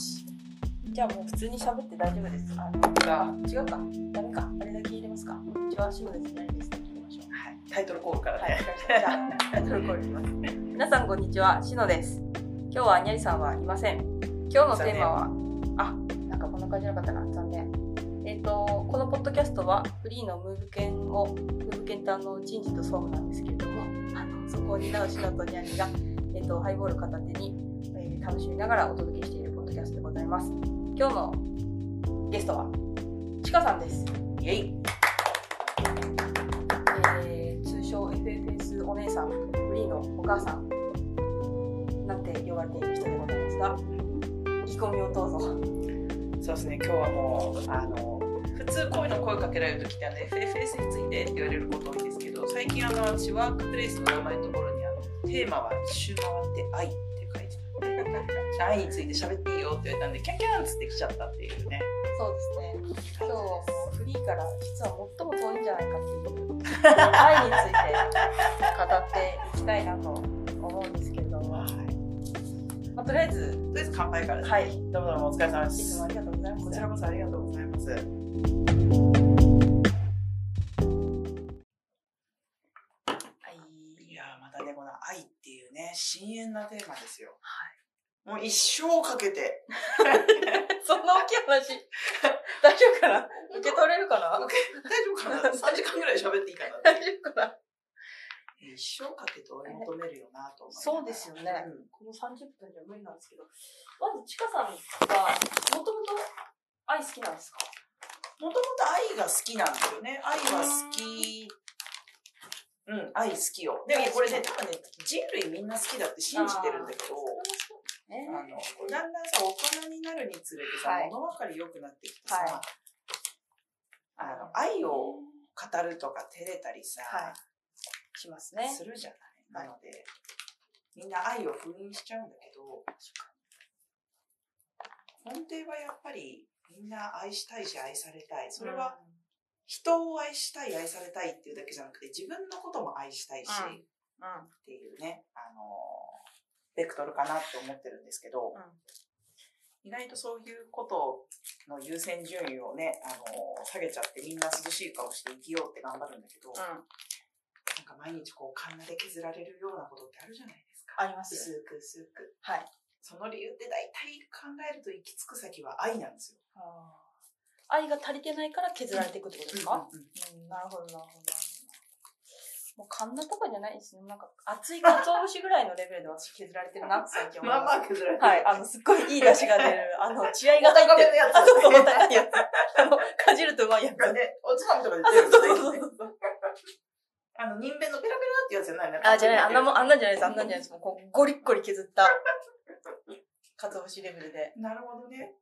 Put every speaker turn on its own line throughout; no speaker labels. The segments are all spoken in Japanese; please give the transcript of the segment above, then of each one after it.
じゃあもう普通に喋って大丈夫です。あの、
じゃあ、違うか。
ダメか。あれだけ入れますか。こんにちは、下です。何です。行きましょう。
はい、タイトルコールから
はい、わ
ね。
かりました。じゃあ、タイトルコールいきます。皆さん、こんにちは、しのです。今日はにゃりさんはいません。今日のテーマは、あ、なんかこんな感じなかったな、残念。えっ、と、このポッドキャストは、フリーのムーブ犬を、ムーブ犬ってあの人事と総務なんですけれども、あのそこを担うしのとにゃりが、えっ、と、ハイボール片手に、えー楽しみながらお届けしているポッドキャストでございます。今日のゲストは、ちかさんです。
イェイ。
えー通称 FFS お姉さん、フリーのお母さんなんて呼ばれている人でございますが、意気込みをどうぞ。
そうですね、今日はもう、あの、普通こういうの声かけられる時って、あの、FFS についてって言われること多いんですけど、最近、あの、私、ワークプレイスの名前のところに、あの、テーマは一周回って愛って書いてた。愛について喋っていいよって言われたんで、キャンキャンっつってきちゃったっていうね。
そうですね。今日はもうフリーから実は最も遠いんじゃないかっていう愛について語っていきたいなと思うんですけれ ども
は、い。
まあ、とりあえず
とりあえず乾杯からです。
はい
どうもどうもお疲れ様で
いつ
す
もあ。りがとうございます。
こちらこそありがとうございます。いやーまたねこの愛っていうね深遠なテーマですよ。はい。もう一生かけ て
そんな大きい話 大丈夫かな受け取れるかな
受け大丈夫か な三時間ぐらい喋っていいかな
大。丈夫かな
一生かけて追い求めるよなと思います。
そうですよね
うん
この30分じゃ無理なんですけど、まずちかさんはもともと愛好きなんですか
もともと愛が好きなんですよね。愛は好き。うん、愛好きよ。でもこれね、多分ね、人類みんな好きだって信じてるんだけど、あの、だんだんさ、大人になるにつれてさ、
はい
物分かり良くなってきてさ、
はい
あの、愛を語るとか照れたりさ、
はいしますね。
するじゃな。
はいい
なので、みんな愛を封印しちゃうんだけど、根底はやっぱり、みんな愛したいし愛されたい。それは、人を愛したい、愛されたいっていうだけじゃなくて、自分のことも愛したいし、
うん
っ
うん、うん、
ていうね、あのベクトルかなって思ってるんですけど、
うん
意外とそういうことの優先順位をね、あの下げちゃってみんな涼しい顔して生きようって頑張るんだけど、なん
うん、
か毎日こう、カンナで削られるようなことってあるじゃないですか。
ありま
薄
す。
く薄く。
はい。
その理由って大体考えると行き着く先は愛なんですよ。
愛が足りてないから削られていくってことですか、
うんうんうん
うん、なるほど、なるほどなるほど。もう神田とかじゃないですね。なんか熱い鰹節ぐらいのレベルで私削られてるなって最近思い
まあ
ます。
まあ削られてる。
はい、あの、すっごいいい出汁が出る、あの、血合いが入っ
高
て
め
る
の。やつ。
あ、そうそう、お高いやつ。あの、かじるとうまいやつ。
なんかね、おつまみとかで
あ、そうそうそう
ね。
そうそう。
あの、人弁のペラペラってやつじゃないね。
あ、じゃない、あんなもん、あん
な。
なんじゃないです、あんなんじゃないです。もう、こう、ゴリッゴリ削った、かつお節レベルで。
なるほどね。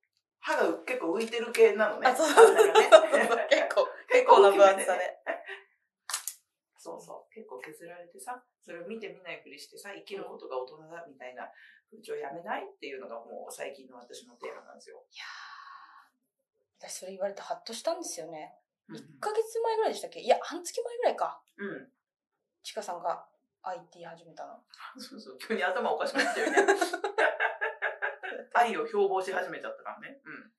歯が結構浮いてる系なのね。
あ、そう
な
そ
ん
う
か
そう。
ね
結構、 結構な分厚さで。
そうそう。結構削られてさ、それを見て見ないふりしてさ、生きることが大人だみたいな風潮やめないっていうのがもう最近の私のテーマなんですよ。
私、それ言われてハッとしたんですよね。
う
1ヶ月前ぐらいでしたっけいや、半月前ぐらいか。
ん。
ちかさんが IT 始めたの。
そうそう。急に頭おかしくなってる ね。愛を標榜し始めちゃったからね。うん。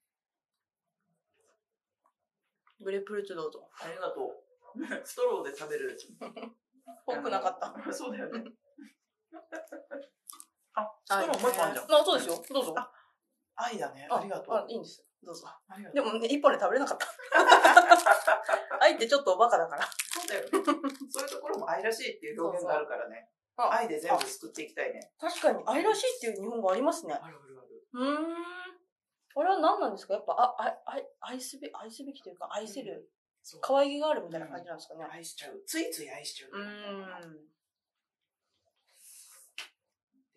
グレープフルーツどうぞ。
ありがとう。 ストローで食べる。
多くなかった。
た。そうだよね。 あ、ストローもう一本あんじゃん。
あ、そうですよ。どうぞ。
あ愛だね。ありがと
あ
う。、
いいんです。どうぞ。
ありがとう。
でもね、一本で食べれなかった。 愛ってちょっとおバカだから。
そうだよね。 そういうところも愛らしいっていう表現があるからね。
そうそう
愛で全部救っていきたいね。
確かに、愛らしいっていう日本語ありますね。
あるあるある。
うーん。あれは何なんですかやっぱ、あ、あ、あ愛すべ、愛すべきというか、愛せる、
そう。
可愛げがあるみたいな感じなんですかね。
愛しちゃう。ついつい愛しちゃう。
うーん。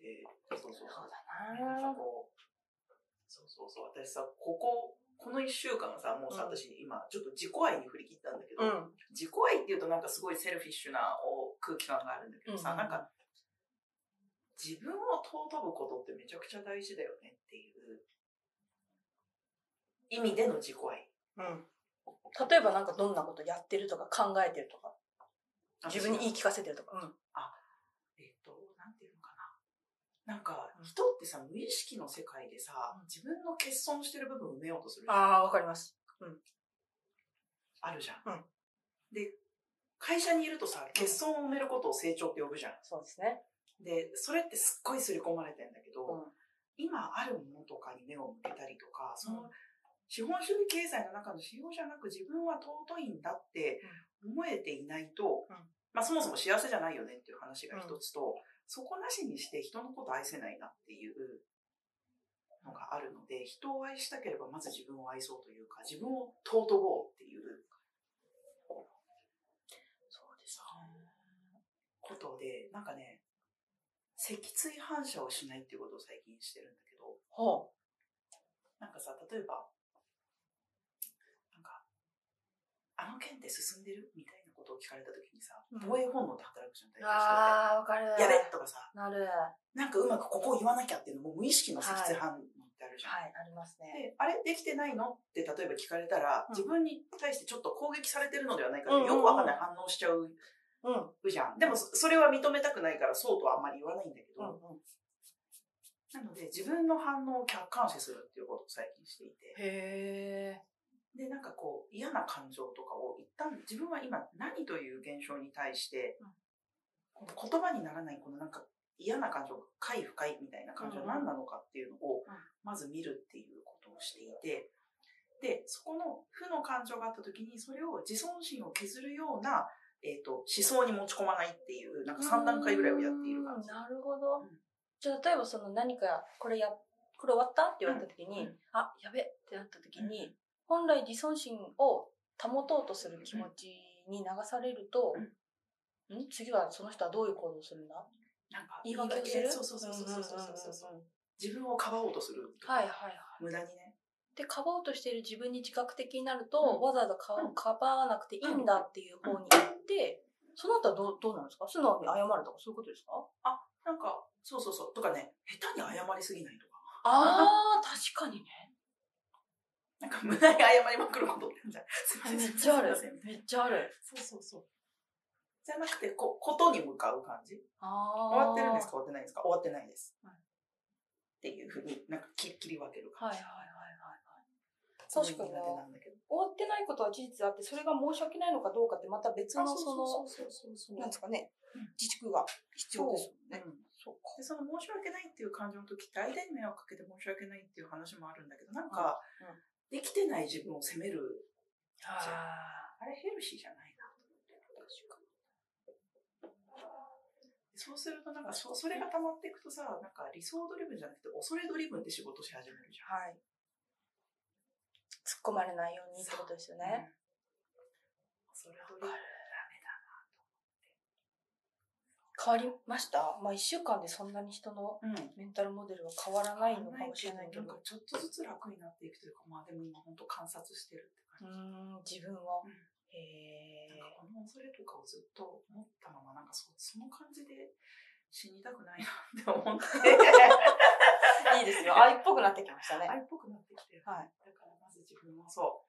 でそうそうそう。
そう
なんかこうそうそうそう。私さ、ここ、この一週間さ、もうさ、
うん
私今、ちょっと自己愛に振り切ったんだけど、
だなうん。
自己愛っていうとなんかすごいセルフィッシュなお空気感があるんだけどさ、
うん
なんか自分を尊ぶことってめちゃくちゃ大事だよねっていう意味での自己愛。
うん。例えばなんかどんなことやってるとか考えてるとか、自分に言い聞かせてるとか。うん。
えっと、なんていうのかな。なんか、人ってさ、無意識の世界でさ、自分の欠損してる部分を埋めようとするじゃん
ああ、わかります。
あるじゃん。
うん
で、会社にいるとさ、欠損を埋めることを成長って呼ぶじゃ
そうですね。
ん。で、それってすっごい刷り込まれてんだけど、
うん。
今あるものとかに目を向けたりとか、そ
うん
の資本主義経済の中の仕様じゃなく自分は尊いんだって思えていないと、
うん
まあそもそも幸せじゃないよねっていう話が一つと、そこなしにして人のこと愛せないなっていうのがあるので、人を愛したければまず自分を愛そうというか、自分を尊ぼうっていう
そうです
ことで、なんかね、脊椎反射をしないっていうことを最近してるんだけど、
ほ
なんかさ、例えば、なんか、あの件って進んでるみたいなことを聞かれたときにさ
うん、
防衛本能で働くじ
う。
ゃん、大
ああ、わかる。
体の人って。やべとかさ、
なる。
なんかうまくここを言わなきゃっていうのも無意識の脊椎反応ってあるじゃ
はい、
ん。
ありますね。
で、あれできてないのって例えば聞かれたら、
うん
自分に対してちょっと攻撃されてるのではないか
う
っ
ん
てよくわかんない反応しちゃう
うん。うん
じゃん。でもそそれは認めたくないからそうとはあんまり言わないんだけど、
うん。
なので自分の反応を客観視するっていうことを最近していて。
へえ。
で、なんかこう、嫌な感情とかを一旦、自分は今何という現象に対して、
うん
この言葉にならない、このなんか嫌な感情、快不快みたいな感情
うん
は何なのかっていうのを
うん、
まず見るっていうことをしていて、で、そこの負の感情があった時に、それを自尊心を削るような、えっ、と、思想に持ち込まないっていう、なんか3段階ぐらいをやっている感じ。
うーんなるほど
うん。
じゃあ、例えばその何か、これや、これ終わったって言われた時に、
うんうん
あ、やべってなった時に、本来自尊心を保とうとする気持ちに流されると、ん次はその人はどういう行動をするんだ
なんか、
言い訳をする
そうそうそうそうそうそうそうそう。
うんうんうん
自分をかばおうとする。
はいはいはい。
無駄にね。
で、かばおうとしている自分に自覚的になると、
うん
わざわざか
うん
かばわなくていいんだっていう方に行って、その後はどうどうなるんですか素直に謝るとかそういうことですか
なんか、そうそうそう。とかね、下手に謝りすぎないとか。
ああ、確かにね。
なんか無駄に謝りまくることってあるじゃん。すいません
めっちゃある
すいません。
めっちゃある。
そうそうそう。じゃなくて、こ、ことに向かう感じ。
あ
終わってるんです
か
か終わってないんですか終わってないです。
はい
っていうふうになんか切り切り分ける
はい
感
はい
じ。
はいはいはい。
すごい
確かに
苦手なんだけど。
終わってないことは事実であって、それが申し訳ないのかどうかってまた別のその、
そうそうそう
なんですかね
うん、
自粛が必要ですよね。
うん
そう
で、その申し訳ないっていう感情の時って、相手に迷惑かけて申し訳ないっていう話もあるんだけど、なんか
うんうん、
できてない自分を責める。
か。あ
あれヘルシーじゃないなと思って。確かに。そうするとなんかそ、それが溜まっていくとさ、なんか理想ドリブンじゃなくて恐れドリブンで仕事し始めるじゃん。
あ。はい。突っ込まれないようにってことですよね。
うん。恐れドリブンダメだ。
変わりましたまあ一週間でそんなに人の
うん。
メンタルモデルは変わらないのかもしれないけ
んか
ど。
ちょっとずつ楽になっていくというか、まあでも今本当観察してるって
う
感じ。
ーん、自分を
うん。
へえ。
なんかこの恐れとかをずっと持ったまま、なんかそその感じで死にたくないなって思って。
いいですよ。愛っぽくなってきましたね。
愛っぽくなってきてる。
はい
だからまず自分もそう。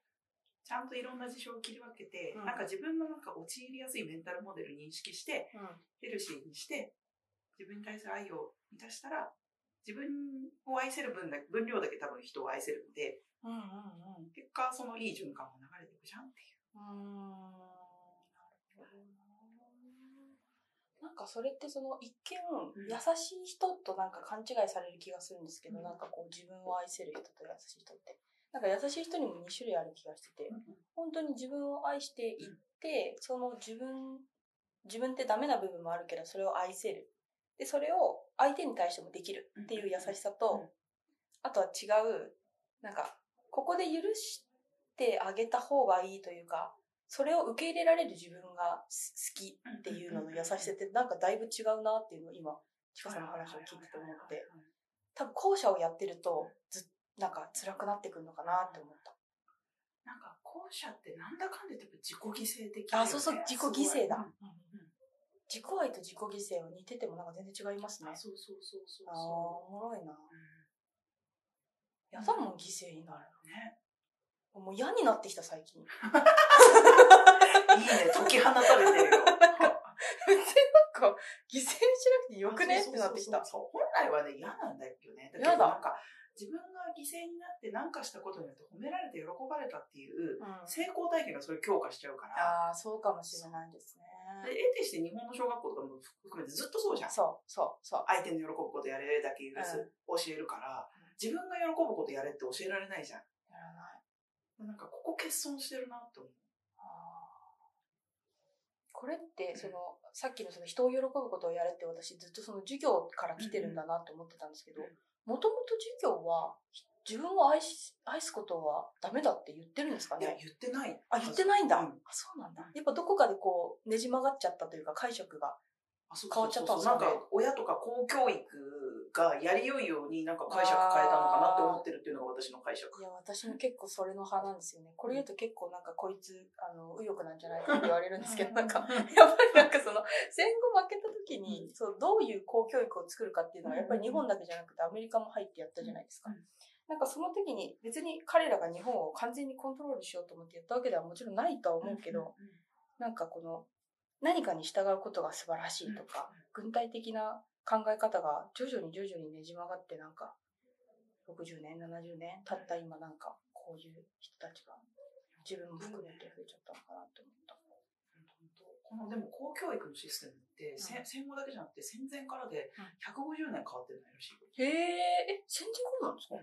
ちゃんといろんな事象を切り分けて、
うん
なんか自分のなんか陥りやすいメンタルモデル認識して、
うん。
ヘルシーにして、自分に対する愛を満たしたら、自分を愛せる分だけ、分量だけ多分人を愛せるので、
うんうんうん。
結果そのいい循環が流れていくじゃんっていう。
うーんなるほどななんかそれってその一見
ん
優しい人となんか勘違いされる気がするんですけど、
うん
なんかこう自分を愛せる人と優しい人ってなんか優しい人にも2種類ある気がしてて本当に自分を愛していって、その自分自分ってダメな部分もあるけどそれを愛せるでそれを相手に対してもできるっていう優しさと、
うん
あとは違うなんかここで許してあげた方がいいというかそれを受け入れられる自分がす好きっていうのの優しさってなんかだいぶ違うなっていうのを今ちかさんの話を聞いてて思って多分後者をやってるとずなんか辛くなってくるのかなって思った。
なんか後者ってなんだかんだ言ってやっぱ自己犠牲的だよ
あ、
ね
そうそう、自己犠牲だ。
す
自己愛と自己犠牲は似ててもなんか全然違います
ごい
ね
あ。そうそうそうそ
あ
う
あー、おもろい
そ
な。
うう
やだもん、犠牲になる
ん。ね。
の。もう嫌になってきた、最近。
いいね、解き放たれてるよ。
全然なんか、犠牲にしなく てよくねってなってきた。
そうそうそうそう本来はね、嫌なんだよね。だけど
嫌だ
なんか、自分が犠牲になって何かしたことによって褒められて喜ばれたっていう、
うん
成功体験がそれ強化しちゃうから。
ああ、そうかもしれないです
で、
ね。
得てして日本の小学校とかも含めてずっとそうじゃん。
そう、そう、そう。
相手の喜ぶことやれだけ許す、教えるから
うん、
自分が喜ぶことやれって教えられないじゃん。
やらない。
なんか、ここ欠損してるなって思う。
これって、その、さっきのその人を喜ぶことをやれって私ずっとその授業から来てるんだなと思ってたんですけど
うん、
もともと授業は、自分を愛し、愛すことはダメだって言ってるんですか
いや、
ね
言ってない。
あ、言ってないんだ。
う
あ、そうなんだ。やっぱどこかでこう、ねじ曲がっちゃったというか解釈が。
あそう
変
そ
わ
う
っちゃっ
そう
たんですかね
なんか、親とか公教育がやりよいようになんか解釈変えたのかなって思ってるっていうのが私の解釈。
いや、私も結構それの派なんですよね。これ言うと結構なんかこいつ、あの、右翼なんじゃないかって言われるんですけど、なんか、 やっぱりなんかその、戦後負けた時に、そう、どういう公教育を作るかっていうのは、やっぱり日本だけじゃなくてアメリカも入ってやったじゃないですか
うんうん。
なんかその時に、別に彼らが日本を完全にコントロールしようと思ってやったわけではもちろんないとは思うけど、なんかこの、何かに従うことが素晴らしいとか、軍隊的な考え方が徐々に徐々にねじ曲がってなんか60年70年経った今なんかこういう人たちが自分も含めて増えちゃったのかなって思った。
このでも公教育のシステムって、せ戦後だけじゃなくて戦前から
う
で
ん
150年変わってないらしいよ。
へえ、え、戦時後なんですか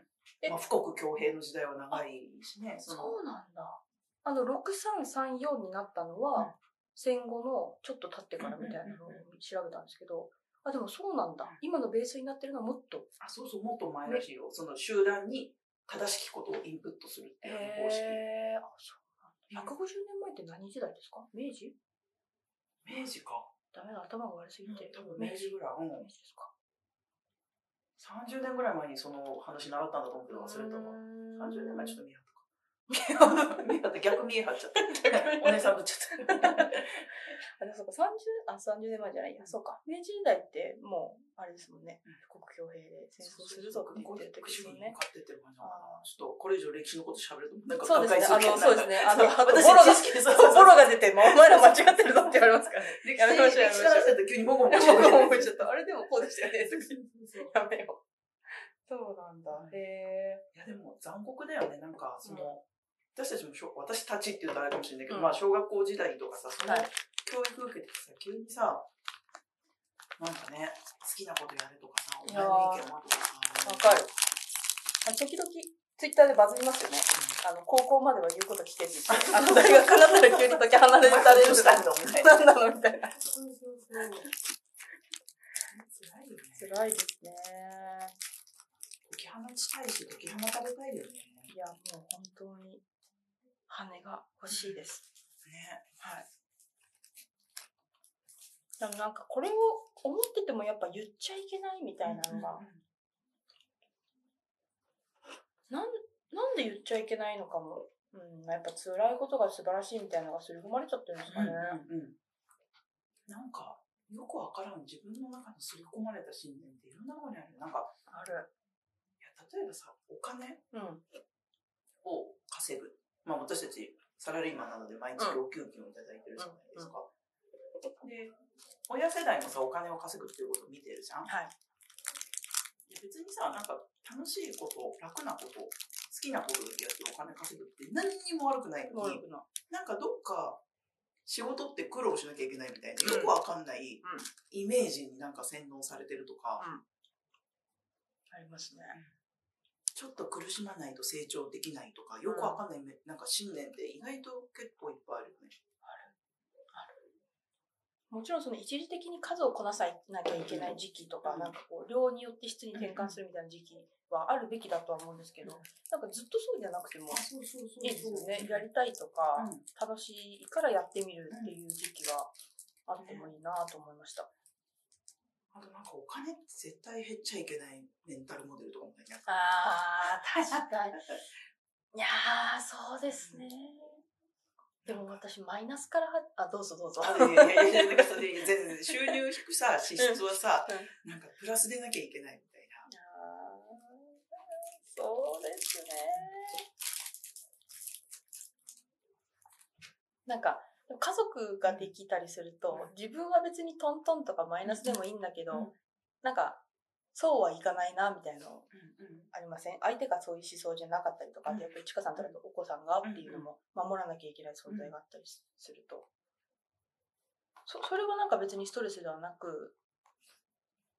え
まあ、富国強兵の時代は長いしね。その
そうなんだ。あの、6334になったの
うん
は、戦後のちょっと経ってからみたいなのを
うんうん
調べたんですけど、あ、でもそうなんだ。今のベースになってるのはもっと。
あそうそう、もっと前らしいよ。その集団に正しきことをインプットするっていう方式。
え、あ、そうなんだ。150年前って何時代ですか明治
明治か。
ダメだ、頭が悪すぎて。
多分明治ぐらい。うん
明治ですか。
30年ぐらい前にその話習ったんだと思うけど忘れたわ。30年前ちょっと見え張ったか。 見え張って逆見え張っちゃった。お姉さんぶっちゃった。
あ、でもそうか、30、あ、30年前じゃないや。そうか。明治時代ってもう、あれですもんね
うん。
富国強兵で戦争するぞって言ってる時ですもんね。
向かってってる感じなのかな。ちょっとこれ以上歴史のこと喋ると、なんか
そうですね。あの、そうです
ね。
ね。あ
あ
の、
の、
あと
私
ボロが、
知識でそう
そうボロが出て、まあお前ら間違ってるぞって言われますからね。
歴
やめましょうや
史
めましょう
歴史の話だと急にもごもごしちゃう
僕も思っちゃった。あれでもこうでしたよね。やめよう。そうなんだ。へ
いやでも残酷だよね。なんか、その、
う
私たちもしょ、私たちって言うとあれかもしれないけど、
うん
まあ小学校時代とかさ、そ
ー。
の
はい。
教育受けてさ、急にさ、なんかね、好きなことやれとかさ、お
い
前
やー
の意見はとかさ、
わかるあ時々、ツイッターでバズりますよね。あの、高校までは言うこと聞けって言って、あの、大学になったら急に解き放たれたり
ど うしたんだみたいな。
なんなのみたいな。
そうそうそう。辛いよね。
辛いですね。
解き放ちたいし、解き放たれたいよね。
いや、もう本当に、羽が欲しいです。
ね。
はい。でもなんかこれを思っててもやっぱ言っちゃいけないみたいなのが、なん、なんで言っちゃいけないのかも。うん、やっぱ辛いことが素晴らしいみたいなのがすり込まれちゃってるんですかね。
うんうん。なんか、よくわからん自分の中に刷り込まれた信念っていろんなところにある。なんか、
ある。
いや例えばさ、お金
うん。
を稼ぐ。まあ私たちサラリーマンなので毎日お給金をいただいてるじゃないですか。で、親世代もさ、お金を稼ぐっていうことを見てるじゃん。
はい。
いや別にさ、なんか楽しいこと、楽なこと、好きなことだけやってお金稼ぐって何にも悪くないのに、
な。
なんかどっか仕事って苦労しなきゃいけないみたいな、よくわかんない
うん
イメージになんか洗脳されてるとか、
ありますね。
ちょっと苦しまないと成長できないとか、よくわかんないめ、なんか信念って意外と結構いっぱいあるよね。
もちろんその一時的に数をこなさなきゃいけない時期とか、
うん
なんかこう、量によって質に転換するみたいな時期はあるべきだとは思うんですけど、なんかずっとそうじゃなくても、
そうそうそう
いいですよね。やりたいとか、楽しいからやってみるっていう時期があってもいいなと思いました。
あとなんかお金って絶対減っちゃいけないメンタルモデルとかもね。
ああ、確か に。いやー、そうですね。でも私、マイナスからは、あ、どうぞどうぞ。
あいやいやいや、なんかそれ全然収入引くさ、支出はさ、
うん
なんかプラスでなきゃいけないみたいな。
そうですね。なんか、でも家族ができたりすると、自分は別にトントンとかマイナスでもいいんだけど、
うん
なんか、そうはいかないな、みたいなの
うん
ありません相手がそういう思想じゃなかったりとか、
うん
やっぱりちかさんとかだとお子さんがっていうのも守らなきゃいけない存在があったりすすると。そ、それはなんか別にストレスではなく、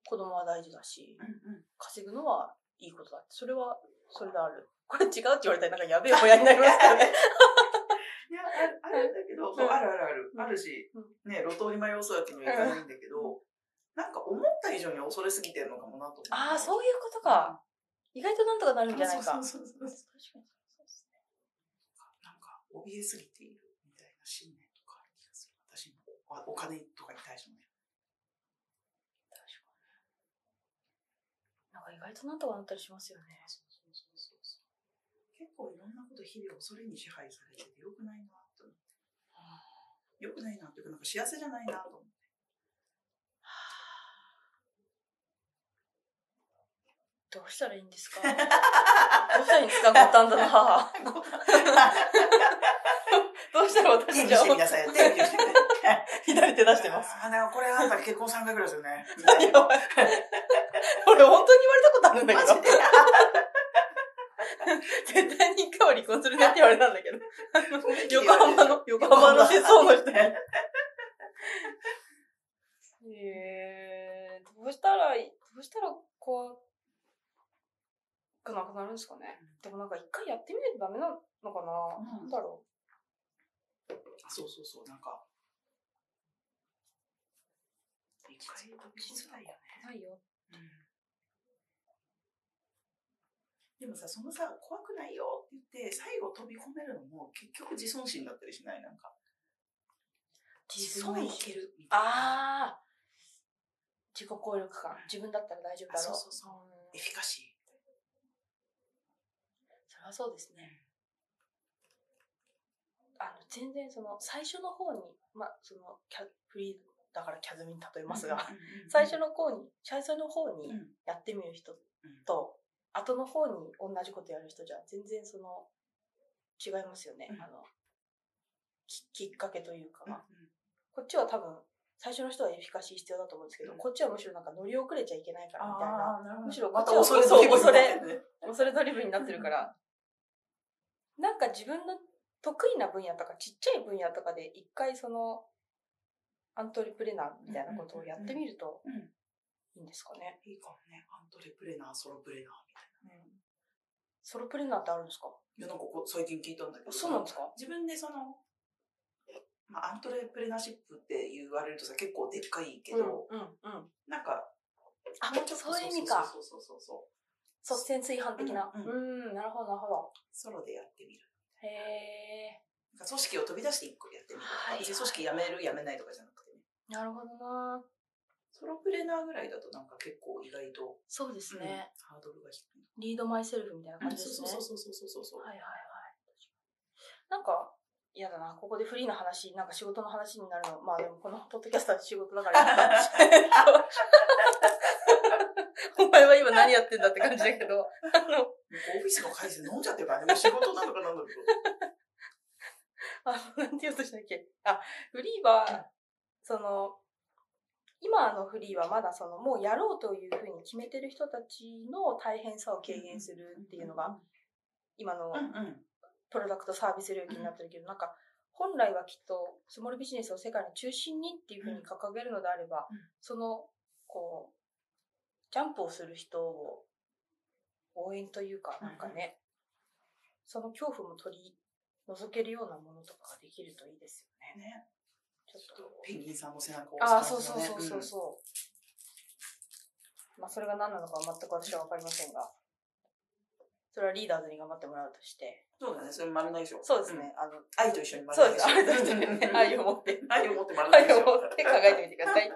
子供は大事だし、
うんうん
稼ぐのはいいことだって。それは、それである。これ違うって言われたらなんかやべえ親になりますよね。
いや、あるあるんだけど、そう
うん
あるあるある、
うん
あるし
う、
ね、路頭に迷うそうやってもいかないんだけど、なんか思った以上に恐れすぎてるのかもなと思
ああ、
う
そういうことか。意外となんとかなるんじゃないか。
そうそうそうそ
確
う。
かにそうですね。
なんか、怯えすぎているみたいな信念とかある気がする。私も、おお金とかに対してもね。
確かに。なんか意外となんとかなったりしますよね。
結構いろんなこと日々恐れに支配されてて良くないなって思って。良くないなっていうか、なんか幸せじゃないなと思って。
どうしたらいいん ですかどうしたらいいんですか五反田の母。どうしたら
テレ
私
ビ
じゃ
してみなさいよ、テレビしてみなさい。
左手出してます。
あー、なんかこれあんた結婚3回ぐらいですよ ね。
やばい俺本当に言われたことあるんだ
マ
け
ジ
ど
で。
絶対に一回は離婚するねって言われたんだ けど。横浜の、横
横浜
浜
の
の手相の人に。えー、どうしたらいい、どうしたら怖くなくなるんですかね。でもなんか一回やってみないとダメなのかな。
うん
なんだろ
あそうそうそう、なんか。一回飛び込みたいよね。
う。ないよ。
でもさ、そのさ、怖くないよって言って、最後飛び込めるのも結局自尊心だったりしないなんか。
自尊
自分はい
心
けるみたいな。
ああ。自己効力感。自分だったら大丈夫だろう。
あそうそうそ
うん
エフィカシー。
それはそうですね。あの、全然その、最初の方に、まあ、その、キャフリーだからキャズミに例えますが、
うんうんうん
最初の方に、最初の方に
うん
やってみる人
うん
と、後の方に同じことやる人じゃ、全然その、違いますよね
う。ん
あの、ききっかけというか
うん
が。こっちは多分、最初の人はエフィカシー必要だと思うんですけど、
うん
こっちはむしろなんか乗り遅れちゃいけないからみたいな。
あーなるほど
むしろ
また
こっち
恐
は
れの気分
そう恐れ
になってね
恐れドリブンになってるから、なんか自分の得意な分野とかちっちゃい分野とかで一回そのアントリプレナーみたいなことをやってみると
うんうんう
い
ん
いんですかね。
いいかもね。アントレプレナー、ソロプレナーみたい
ソロプレナーってあるんですか
な。いや、なんかこう最近聞いたんだけど。
そうなんですか
自分でその、まあ、アントレプレナーシップって言われるとさ、結構でっかいけど、
うんうん。
なんか、
あ、
もちょっ
そ
と
ういう意味か。
そうそうそうそうそう。
率先炊飯的な。う
う
ん、
うん
なるほど、なるほど。
ソロでやってみる。
へえ。
なんか組織を飛び出して一個やってみると
は
か。
い
別に組織辞める、辞めないとかじゃなくてね。
なるほどな
ソロプレナーぐらいだとなんか結構意外と、
そうです
うん
ね。
ハードルが低い。
リードマイセルフみたいな感じですね。
そうそうそうそうそうそうそう。
はいはいはい。なんか、嫌だな。ここでフリーな話、なんか仕事の話になるの。まあでもこのポッドキャストは仕事だからいいか お前は今何やってんだって感じだけど。あの、
オフィスの会社で飲んじゃってるから、でも仕事なのかなんだろう。
あの、なんて言おうとしたっけ。あ、フリーは、その、今のフリーはまだその、もうやろうというふうに決めてる人たちの大変さを軽減するっていうのが、今の
うんうん。
プロダクトサービス領域になってるけど、なんか本来はきっとスモールビジネスを世界の中心にっていうふうに掲げるのであれば、
うん
そのこうジャンプをする人を応援というか
うん
なんかね、その恐怖も取り除けるようなものとかができるといいですよね。
ね。
ちょっと
ペンギンさんの背中を
あ
押
あ
す
そう
感じ
そ
の
う
ね。
そうそうそう、まあそれが何なのかは全く私は分かりませんがそれはリーダーズに頑張ってもらうとして
うんそうだね。それ丸投げでしょ。
そうですね、。あの
愛と一緒に丸
そ
投
う
げ
です。
しょ
愛としてね、愛を持って、
愛を持って丸投
愛
げでしょ
を持って考えてみてください。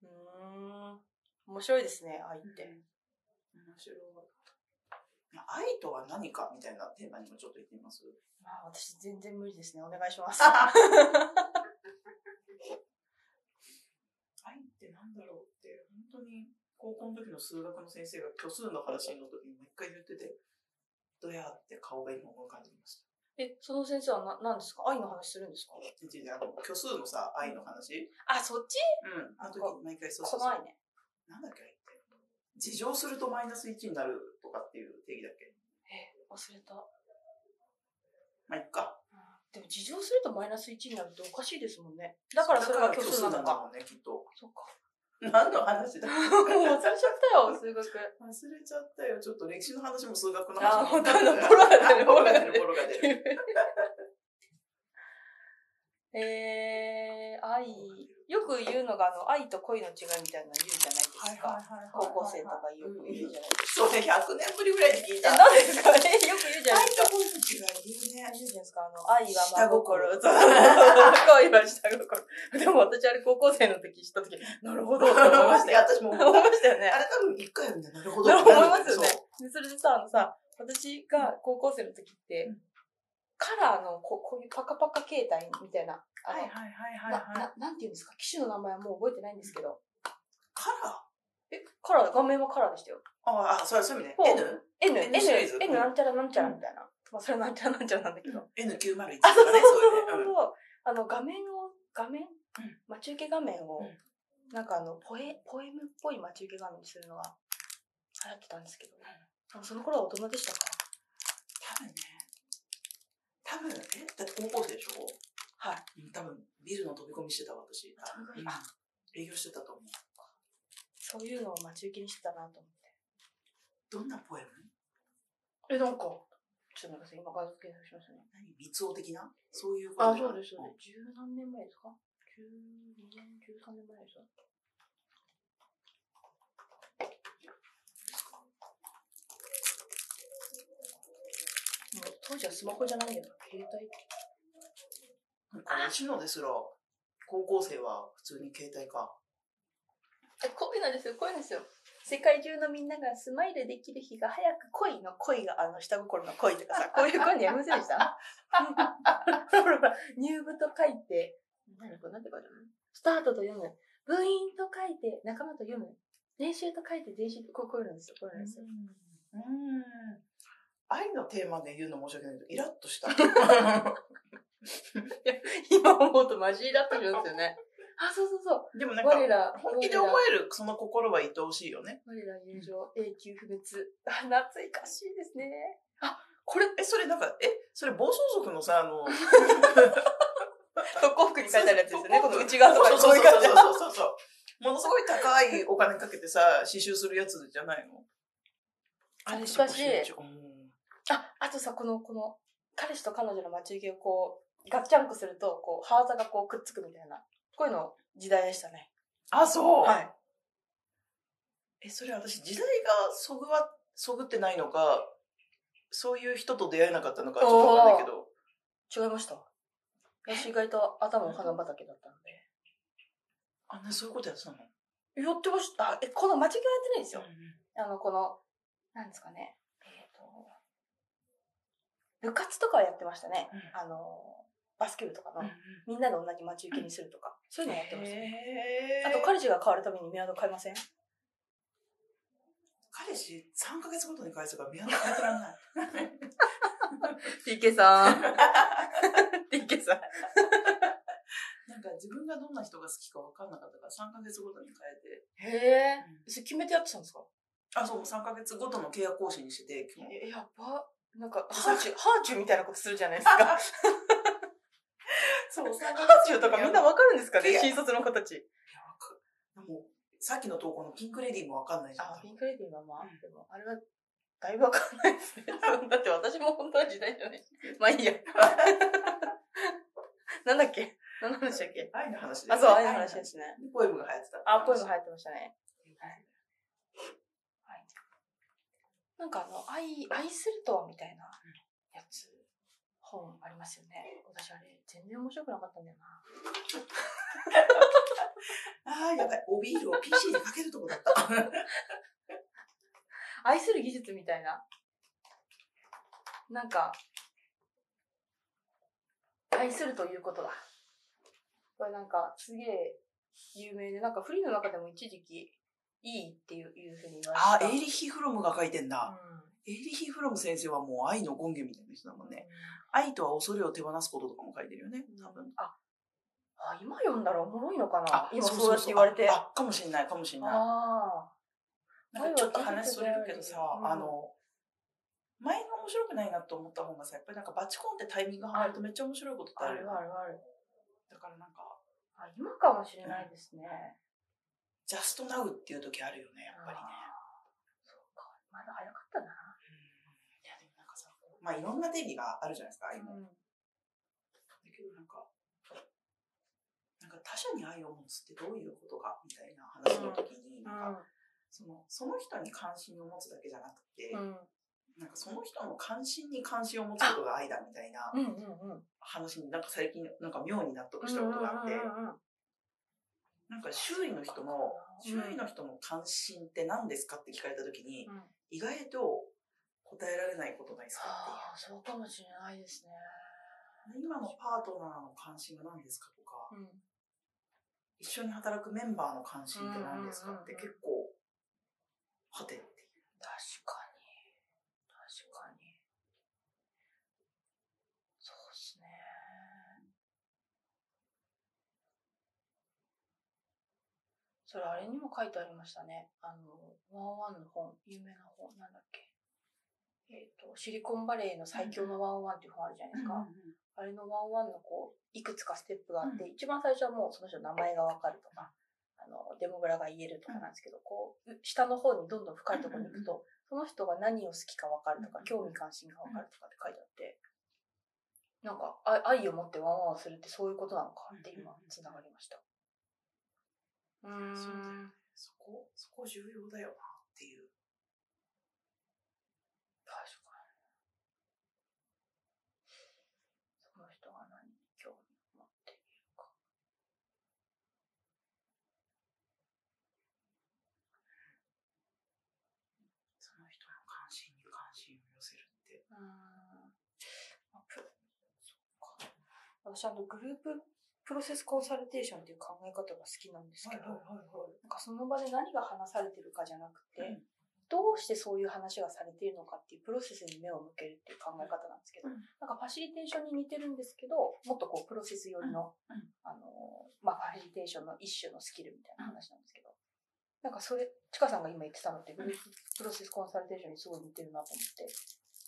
うーん。面白いですね、愛って。
面白い。愛とは何かみたいなテーマにもちょっと言ってみます。
まあ、私全然無理ですね。お願いします。
愛ってなんだろうって、本当に高校の時の数学の先生が虚数の話の時にもう一回言ってて、どやって顔が今思い浮かんでいました。
え え、その先生はな何ですか愛の話するんですか
違うあの、虚数のさ、愛の話。
あ、そっち
うん。あの時、毎回そうそうそう。
怖いね。
なんだっけあれって。自乗するとマイナス1になるとかっていう定義だっけ
え、忘れた。
まあ、いっか。
でも、自乗するとマイナス1になるっておかしいですもんね。だからそれが虚数な
だ
の
から虚
か。
もんね、きっと。
そっか。
何の話 だ
もう忘れちゃったよ、数学。
忘れちゃったよ。ちょっと歴史の話も数学の
あ
話も。
本当だボロが出る
ボロが出る、ボロが出 る。
えー、愛。よく言うのが、あの、愛と恋の違いみたいなの言うじゃないですか。
い
高校生とかよく言うじゃないですか。
それ100年ぶりぐらいに聞い
え、
た。
何ですかね よく言うじゃない
愛
です
と
か。
恋の違い言うね
何。言うじゃないですか。あの、愛は真心。
下
そ
心
う 恋は下心。でも私、あれ高校生の時知った時、なるほどって思いました
い
よ
や、。私も思
思
う
いましたよね
あ。れ多分一回読んだなるほ
そ
ど
う
っ て
思い
なる。
ますよね。で、それでさ、あのさ、私が高校生の時って、
うん
カラーのここういうパカパカ携帯みたいな、あ
そう。
の、
はいはいはい
な
はいはい。
ななんていうんですか機種の名前はもう覚えてないんですけど。
カラ
え、カラー、画面はカラーでしたよ。
ーああ、そうそういう意味
ほう
ね。N?
N、
N
N、
シリーズ
N なんちゃらなんちゃらみたいな。まあ、それなんちゃらなんちゃらなんだけど。
N901 とかね、
あ、そうそう
そ
そう
ういうね。
そう。あの、画面を、画面、
ん
待ち受け画面を、
うん
なんかあの、ポエ、ポエムっぽい待ち受け画面にするのが流行ってたんですけど、でもその頃は大人でしたか
多分ね。多分、えだって高校生でしょ
はい。
うん多分、ビルの飛び込みしてたわ私。
飛び込み
うん
あ
営業してたと思う。
そういうのを待ち受けにしてたなと思って。
どんなポエム
え、なんか、ちょっとなんかさ、今画像検索しますね。
何密王的なそういうこと
あ、
だ
そ
よ
う
ね
です、そうです。十何年前ですか十二年、十三年前ですかもう当時はスマホじゃないんだよ。携帯
うんこのシノですら、高校生は普通に携帯か。
こういうのですよ、こういうのですよ。世界中のみんながスマイルできる日が早く恋の恋があの下心の恋とかさ、こういう恋にやりませんでした ほらほら、入部と書いて、なんだこれなんて書いてあるのスタートと読む。部員と書いて仲間と読む。練習と書いて練習とこうこういうのですよ、こういうのですよ。
うん。愛のテーマで言うの申し訳ないけど、イラッと した。
今思うとマジイラッとするんですよね。あ、そうそうそう。
でもなんか、
我ら、
本気で思えるその心は愛おしいよね。
我ら友情、永久不滅。あ、懐かしいですね。あ、これ、
え、それなんか、え、それ暴走族のさ、あの、
特攻服 に書いてあるやつですよね。この内側とか
そう
にこ
そう
いう感
うそう
じ
そうそうそうそう。ものすごい高いお金かけてさ、刺繍するやつじゃないの
あれしかし
うん
あ、あとさ、この、この、彼氏と彼女の待ち受けをこう、ガッチャンコすると、こう、ハーザがこうくっつくみたいな。こういうの時代でしたね。
あ、そう。
はい。
え、それ私、時代がそぐわ、そぐってないのか、そういう人と出会えなかったのか、ちょっとわかんないけど。
違いました。私意外と頭お花畑だったので。
あんなそういうことやってたの
やってました。あ、え、この待ち受けはやってないですよ。あの、この、なんですかね。えっ、と、部活とかはやってましたね。
う
あの、バスケ部とかの、
ん
みんなで同じ待ち受けにするとか、そういうのやってましたね。
へー
あと、彼氏が変わるためにメアド変えません
彼氏3ヶ月ごとに返すから、見放変えてらんない。
?TK さ ん。TK さん。
なんか自分がどんな人が好きか分かんなかったから、3ヶ月ごとに変えて。
へえ。それ決めてやってたんですか
あ、そう、3ヶ月ごとの契約更新にしてて、基本
えやば。なんか、ハーチュー、ハーチューみたいなことするじゃないです か。ハ
そう、3
ーチューとかみんなわかるんですか
い
ね
や
新卒の子たち。
もう、さっきの投稿のピンクレディーも分かんないじゃん。
あ、ピンクレディーはまあ、でも、あれは、だいぶわかんないですね。 だって私も本当は時代じゃないし。 まあいいや。なんだっけ何の話だっけ
愛の話です、
あ、そう、ああいう話ですね。
愛の話ポエムが流行ってた。
あ、ポエム入ってましたね。はい。なんかあの、愛、愛するとはみたいなやつ、本ありますよね。私あれ、全然面白くなかったんだよな。
ああ、やばい。おビールを PC でかけるとこだ った。
愛する技術みたいな。なんか、愛するということだ。これなんか、すげえ有名で、なんかフリーの中でも一時期、いいっていういうふうに言われてた。
リヒ・フロムが書いてんだ。
う
エイリヒ・フロム先生はもう愛の権限みたいな人だもんね。愛とは恐れを手放すこととかも書いてるよね、多分。
あ今読んだらおもろいのかな今そうやって言われて。
ああかもしんない、かもしんない。
あ
なんかちょっと話それるけどさ、
うん
あの、前が面白くないなと思った本がさ、やっぱりなんかバチコンってタイミングが入るとめっちゃ面白いことって
あ、あ
あ
る
るよ。
あるある。
だからなんか、
あ今かもしれないですね。
ジャストナウっていう時あるよね、やっぱりね。
そうか、まだ早かったな。
いやでもなんかさ、まあいろんな定義があるじゃないですか、愛も。だけどなんか、なんか他者に愛を持つってどういうことかみたいな話の時に、なんか、その、その人に関心を持つだけじゃなくて、
うん。
なんかその人の関心に関心を持つことが愛だみたいな
うんうんうん。
話になんか最近なんか妙に納得したことがあって、なんか周囲の人の、周囲の人の関心って何ですかって聞かれた時に、
うん
意外と答えられないことないですかっていう。
ああ、そうかもしれないですね。
今のパートナーの関心が何ですかとか、
うん。
一緒に働くメンバーの関心って何ですかって
うんうんうんうん
結構、はてっていう。
確かに。確かに。そうっすね。それあれにも書いてありましたね。あの、ワンワンの本、有名な本、なんだっけ。えっ、と、シリコンバレーの最強のワンワンっていう本あるじゃないですか。あれのワンワンのこう、いくつかステップがあって、一番最初はもうその人の名前がわかるとか、あの、デモグラが言えるとかなんですけど、こう、う下の方にどんどん深いところに行くと、その人が何を好きかわかるとか、興味関心がわかるとかって書いてあって、なんか、あ愛を持ってワンワンをするってそういうことなのかって今、つながりました。うーん。
そうだよねそこ、そこ重要だよなっていう。
確かに。その人が何に興味を持っているか。
その人の関心に関心を寄せるって。
うーんまあプロそうか私あのグループプロセスコンサルテーションっていう考え方が好きなんですけど、なんかその場で何が話されてるかじゃなくて、
うん
どうしてそういう話がされているのかっていうプロセスに目を向けるっていう考え方なんですけど、
うん
なんかファシリテーションに似てるんですけど、もっとこうプロセス寄りの、
うんうん
あのー、まあファシリテーションの一種のスキルみたいな話なんですけど、なんかそれ、ちかさんが今言ってたのってグループプロセスコンサルテーションにすごい似てるなと思って、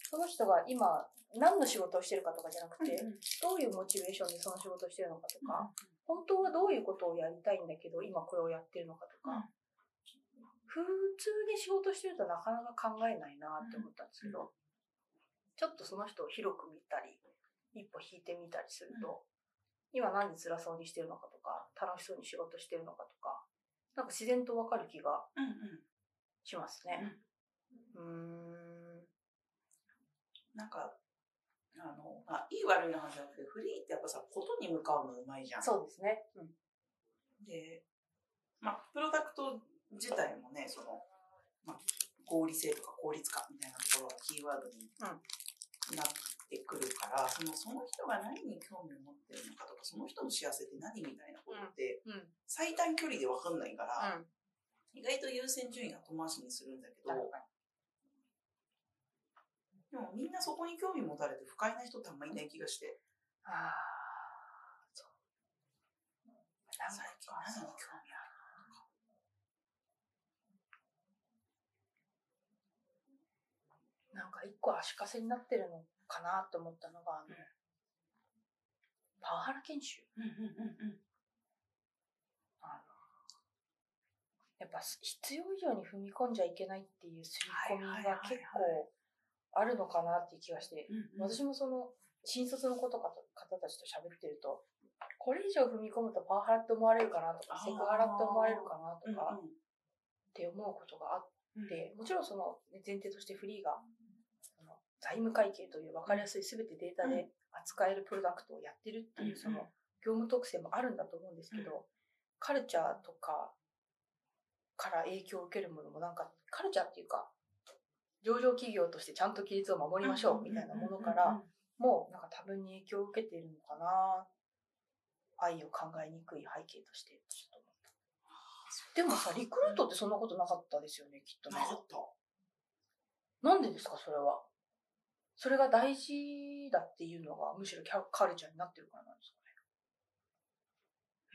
その人が今何の仕事をしてるかとかじゃなくて、どういうモチベーションでその仕事をしてるのかとか、本当はどういうことをやりたいんだけど、今これをやってるのかとか、普通に仕事してるとなかなか考えないなって思ったんですけど、ちょっとその人を広く見たり、一歩引いてみたりすると、今何で辛そうにしてるのかとか、楽しそうに仕事してるのかとか、なんか自然とわかる気が
うんうん。
しますね。うーん。
なんか、あの、まあ、いい悪いの話じゃなくて、フリーってやっぱさ、ことに向かうのうまいじゃん。
そうですね。うん。
で、まあ、プロダクト自体もね、その、まあ、合理性とか効率化みたいなところがキーワードになってくるから、そのその人が何に興味を持ってるのかとか、その人の幸せって何みたいなことって、
うん。
最短距離でわかんないから、
うん。
意外と優先順位が後回しにするんだけど、でもみんなそこに興味持たれて不快な人ってあんまいない気がして、
ああ、そう。なん
最近
か、そ
何
う
に興味ある
なんか一個足かせになってるのかなと思ったのが、あの、
うん
パワハラ研修あのやっぱ必要以上に踏み込んじゃいけないっていう刷り込みが結構あるのかなっていう気がして、私もその、新卒の子とかと方たちと喋ってると、これ以上踏み込むとパワハラって思われるかなとか
あ、ー
セクハラって思われるかなと
うん
かって思うことがあっ
うん
で、もちろんその前提としてフリーが、その財務会計という分かりやすい全てデータで扱えるプロダクトをやってるってい
うん
うその業務特性もあるんだと思うんですけど、カルチャーとかから影響を受けるものもなんか、カルチャーっていうか、上場企業としてちゃんと規律を守りましょうみたいなものから、、もうなんか多分に影響を受けているのかな愛を考えにくい背景として、ちょっと思った。でもさ、リクルートってそんなことなかったですよね、きっと
な
ね。
かった。
なんでですか、それは。それが大事だっていうのが、むしろキャカルチャーになってるからなんです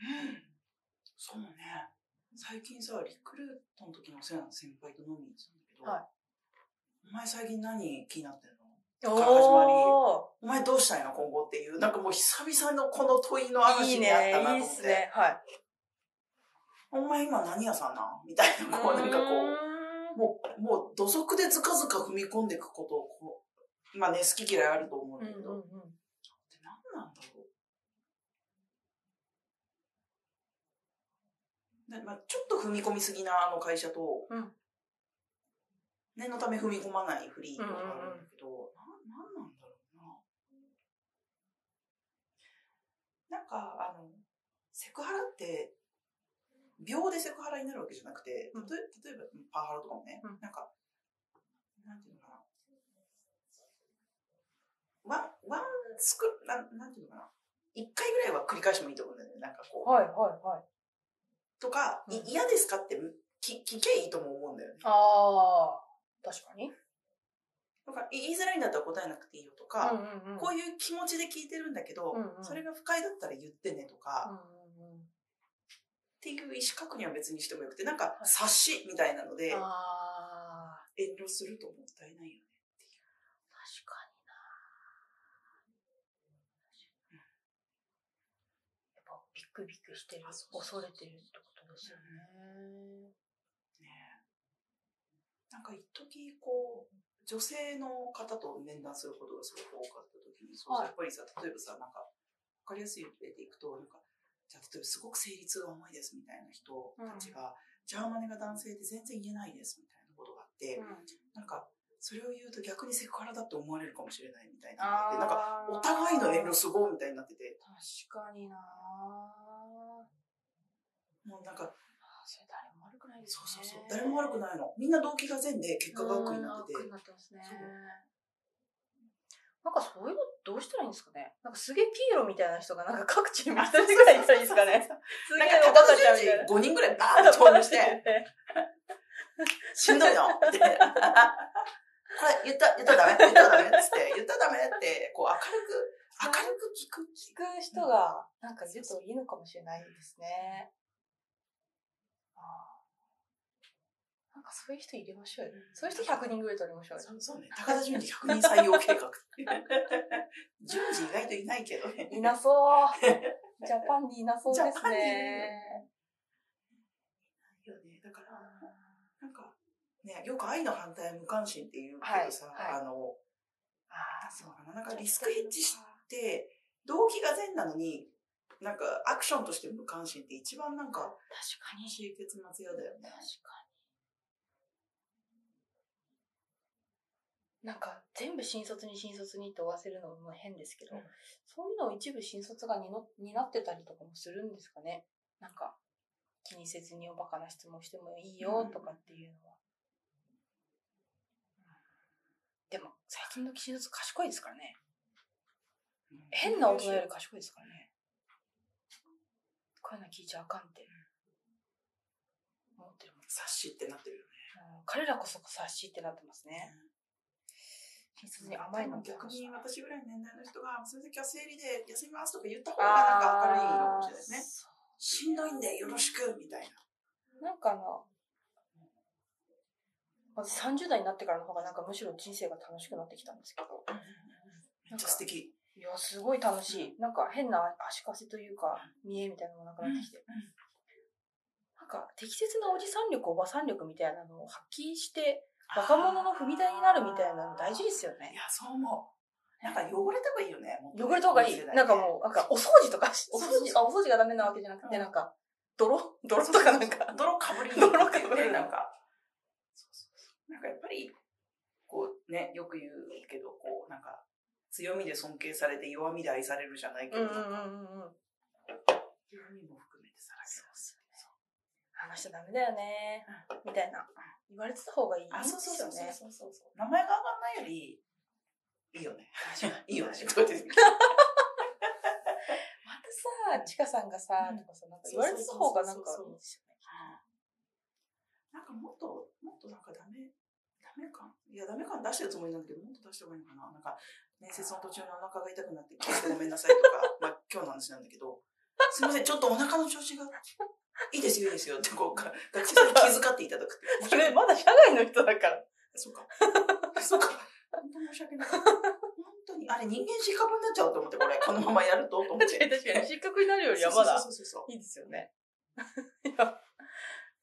かね。
うんそうね。最近さ、リクルートの時のお世話の先輩と飲みに行ってたんだけど、
はい
お前最近何気になってんの
お
から始まり
ー
お前どうしたいの今後っていう、なんかもう久々のこの問いの話になったなと思って。
いいね、いいっすね。はい。
お前今何屋さんなんみたいな、こうなんかこう。もう、もう土足でずかずか踏み込んでいくことをこう、まあね、好き嫌いあると思うん
う
だ
ん
けど、
うんうん。
って何なんだろう。なまあ、ちょっと踏み込みすぎなあの会社と、
うん
念のため踏み込まないフリーとかあるんだけど、ななんなんだろうな。なんか、あの、セクハラって、秒でセクハラになるわけじゃなくて、例え
うん
例えばパワハラとかもね、
うん
なんか、なんていうのかな。ワン、ワンスク、なんなんていうのかな。一回ぐらいは繰り返してもいいと思うんだよね。なんかこう。
はいはいはい。
とか、い
うん
嫌ですかってき聞けいいとも思うんだよね。
あー、確かに。
だからい言いづらいんだったら答えなくていいよとか、
うんうんうん。
こういう気持ちで聞いてるんだけど、
うんうん
それが不快だったら言ってねとか、っ
うんうんうん
ていう意思確認は別にしてもよくて、なんか
い
察しみたいなので、
あー、
遠慮するともったいないよね。
確かになやっぱビクビクしてる、
あそう
恐
そうそ
れ
う
てるってことですよね。
ねなんか一時こう、女性の方と面談することがすごく多かった時に、そう
はい
やっぱりさ、例えばさ、なんか、わかりやすい例でいくと、なんか、じゃあ例えばすごく生理痛が重いですみたいな人たちが、ジャーマネが男性って全然言えないですみたいなことがあって、なんか、それを言うと逆にセクハラだって思われるかもしれないみたいなのがあ
あー
って、なんか、お互いの遠慮すごいみたいになってて、
確かにな
もうなんか、
あそれ誰も悪くないです
そう
ね。
そうそう、誰も悪くないの。みんな動機が善で結果が悪くになって
うん悪く、
て
なってますね
そう。
なんかそういうのどうしたらいいんですかねなんかすげえピエロみたいな人がなんか各地に一人ぐらいいたらいいですかねすげ
なん
え
か
おばかちゃんみたいな
片。手5人ぐらいバーンと投入して、しんどいのって。これ言った、言ったらダメ言ったらダメっつって、言ったらダメって、こう 明るく、明るく聞く。
聞く人が、なんかいるといいのかもしれないですね。あーなんかそういう人入れましょうよ。そういう人100人ぐらい取りましょうよ。
そうそうね。高田純次100人採用計画。純次意外といないけどね。
いな そう。ジャパンにいなそうです
ジャパンにい
ね。
よね。だから、なんか、ね、よく愛の反対は無関心って言うけどさ、
はいはい
あの、
ああ、
そうかな、なんかリスクヘッジして、動機が善なのに、なんかアクションとして無関心って一番なんか、
確かに
悲。しい結末嫌だよね。
確かに。なんか全部新卒に新卒にって追わせるのも変ですけど、
うん
そういうのを一部新卒が担担ってたりとかもするんですかねなんか気にせずにおバカな質問してもいいよとかっていうのは、でも最近の新卒賢いですからね変な大人より賢いですからねこういうの聞いちゃあかんって思ってるもん
察しってなってるよね。
うん彼らこそ察しってなってますね。新卒に甘いの
逆
に
に私ぐらいの年代の人が、その時は生理で休みますとか言った方がなんか明るいのかもしれないですね。しんどいんでよろしくみたいな。
なんかあの、私30代になってからの方がなんかむしろ人生が楽しくなってきたんですけど、
めっちゃ素敵。
いや、すごい楽しい。なんか変な足かせというか、見えみたいなのもなくなってきて。なんか適切なおじさん力、おばさん力みたいなのを発揮して、若者の踏み台になるみたいなの大事ですよ
い
ね。
や、そう思う。なんか汚れた方がいいよね。もっとね
汚れた方がいい。なんかもう、なんか、お掃除とかし、お掃除、あ、お掃除がダメなわけじゃなくて、
うん
なんか、泥泥とかなん
そうそうそ
か
う。泥かぶりに
泥かぶりに
なんかそうそうそうなんかやっぱりこうねよく言うけどこうなんか強みで尊敬されて弱みで愛されるじゃないけど、
うん。
弱みも含めてさらけ出す
あの人ダメだよね。みたいな。言われてた方がいい
あそうそうそう
ですよね
そうそうそう名前が上がんないよりいいよね いいよねとか 言って
またさ、ちかさんがさ、
うん
とかさ、なんか言われてた方がなんか
そうそうそうそう
いいですよね。
なんかもっともっとなんかダメダメ感いや、ダメ感出してるつもりなんだけど、もっと出した方がいいのかななんか、面接の途中にお腹が痛くなって、聞いてごめんなさいとか、 まあ今日の話なんだけど、すいません、ちょっとお腹の調子が、いいですよ、いいですよって、こうか、学生さんに気遣っていただ くっていう。
それまだ社外の人だから。
そう か。そうか。本当に申し訳ない。本当に、あれ人間失格になっちゃうと思って、これ、 このままやると、と思って。
確かに失格になるよりはまだ
そうそうそうそう。
いいですよね。いや、やば、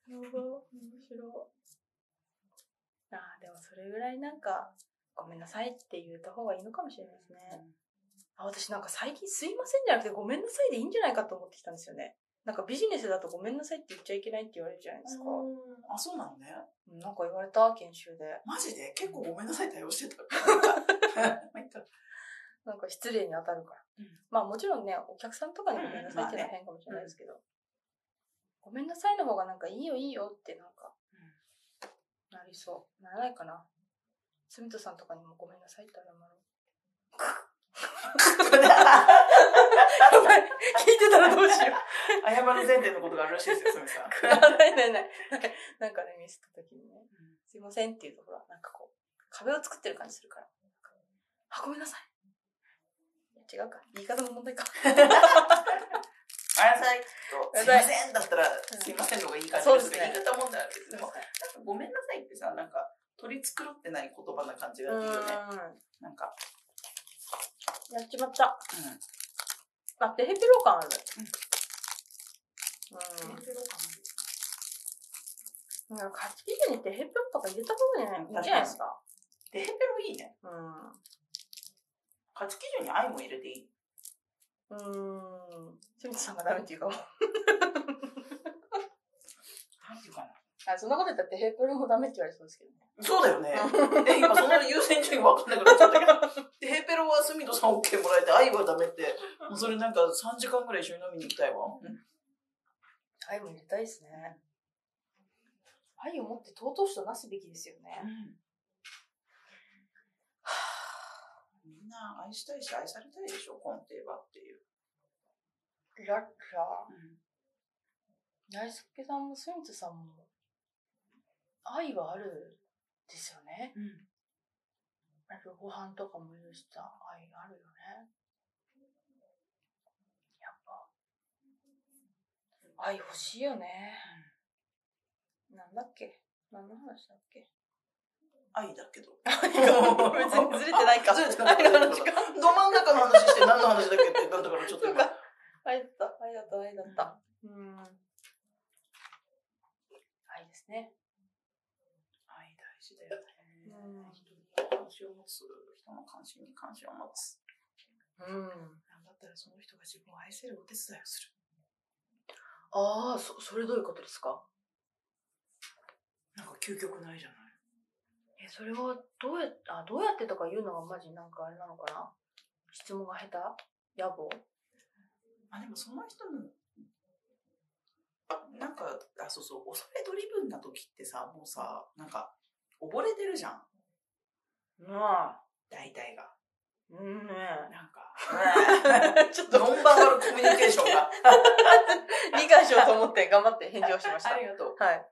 面白い。ああ、でもそれぐらいなんか、ごめんなさいって言った方がいいのかもしれないですね。あ私なんか最近すいませんじゃなくてごめんなさいでいいんじゃないかと思ってきたんですよね。なんかビジネスだとごめんなさいって言っちゃいけないって言われるじゃないですか。
うんあ、そうなのね。
うんなんか言われた、研修で。
マジで結構ごめんなさい対応してた。なんかまあい っか
なんか失礼に当たるから。
うん
まあもちろんね、お客さんとかにごめんなさいっていうのは変かもしれないですけど、ごめんなさいの方がなんかいいよいいよってなんか、なりそう。ならないかな。住人さんとかにもごめんなさいって謝ろ う。やばい聞いてたらどうしよう。
謝る前提のことがあるらしいですよ、それさん。
あないないない。なんかね、ミスった時にね、すいませんっていうとほら、なんかこう、壁を作ってる感じするから。あ、ごめんなさい。いや違うか。言い方の問題 か。
ごめんなさいと、すいませんだったら、すいませんの方がいい感じ
そう
ですけど、
ですね
言い方問題あるけど、でもなんかごめんなさいってさ、なんか、取り繕ってない言葉な感じがいいよね。
う
なんか、
ん。やっちまった。
うん。
あ、ペヘペロ感ある。うん。なんか、カチピーにテヘペロとか入れたことない
うん
いいんじゃないですか。
でへペロいいね。
うん。
価値基準に愛も入れていい。
うーん。清水さんがダメっていうかも。
なんていうかな。
あ、そんなこと言ったらテヘペロもダメって言われそうですけどね。
そうだよね。で、今そんな優先順位分かんなくなっちゃったけど。 で、ヘペロはスミドさん OK もらえて、愛はダメって、もうそれなんか3時間ぐらい一緒に飲みに行きたいわ。
愛も入れたいですね。愛を持って尊しとなすべきですよね。
みんな愛したいし愛されたいでしょ、根底はっていう。
ラッラ大輔さんも清水さんも、愛はあるですよね。
うん。
なんかご飯とかも許した愛あるよね。やっぱ、愛欲しいよね。なんだっけ何の話だっけ
愛だけど。
別にずれてない か
ずれてない
愛の話か
ど真ん中の話して何の話だっけってなんだからちょっと
そう
今
か。愛だった、愛だった、愛だった。うん。愛ですね。
愛大事だよね。
うん
人に関心を持つ、人の関心に関心を持つ。
うん。
なんだったらその人が自分を愛せるお手伝いをする。
ああ、そ、それどういうことですか
なんか究極ないじゃない
え、それはどうや、あ、どうやってとか言うのがマジなんかあれなのかな質問が下手野望
あ、でもその人の、あなんか、あ、そうそう、恐れドリブンな時ってさ、もうさ、なんか、溺れてるじゃん、
まあ、
大体が。
うんね。
な んか、
ちょっと
ノンバーバルコミュニケーションが。
理解しようと思って頑張って返事をし ました。
がとう。
はい。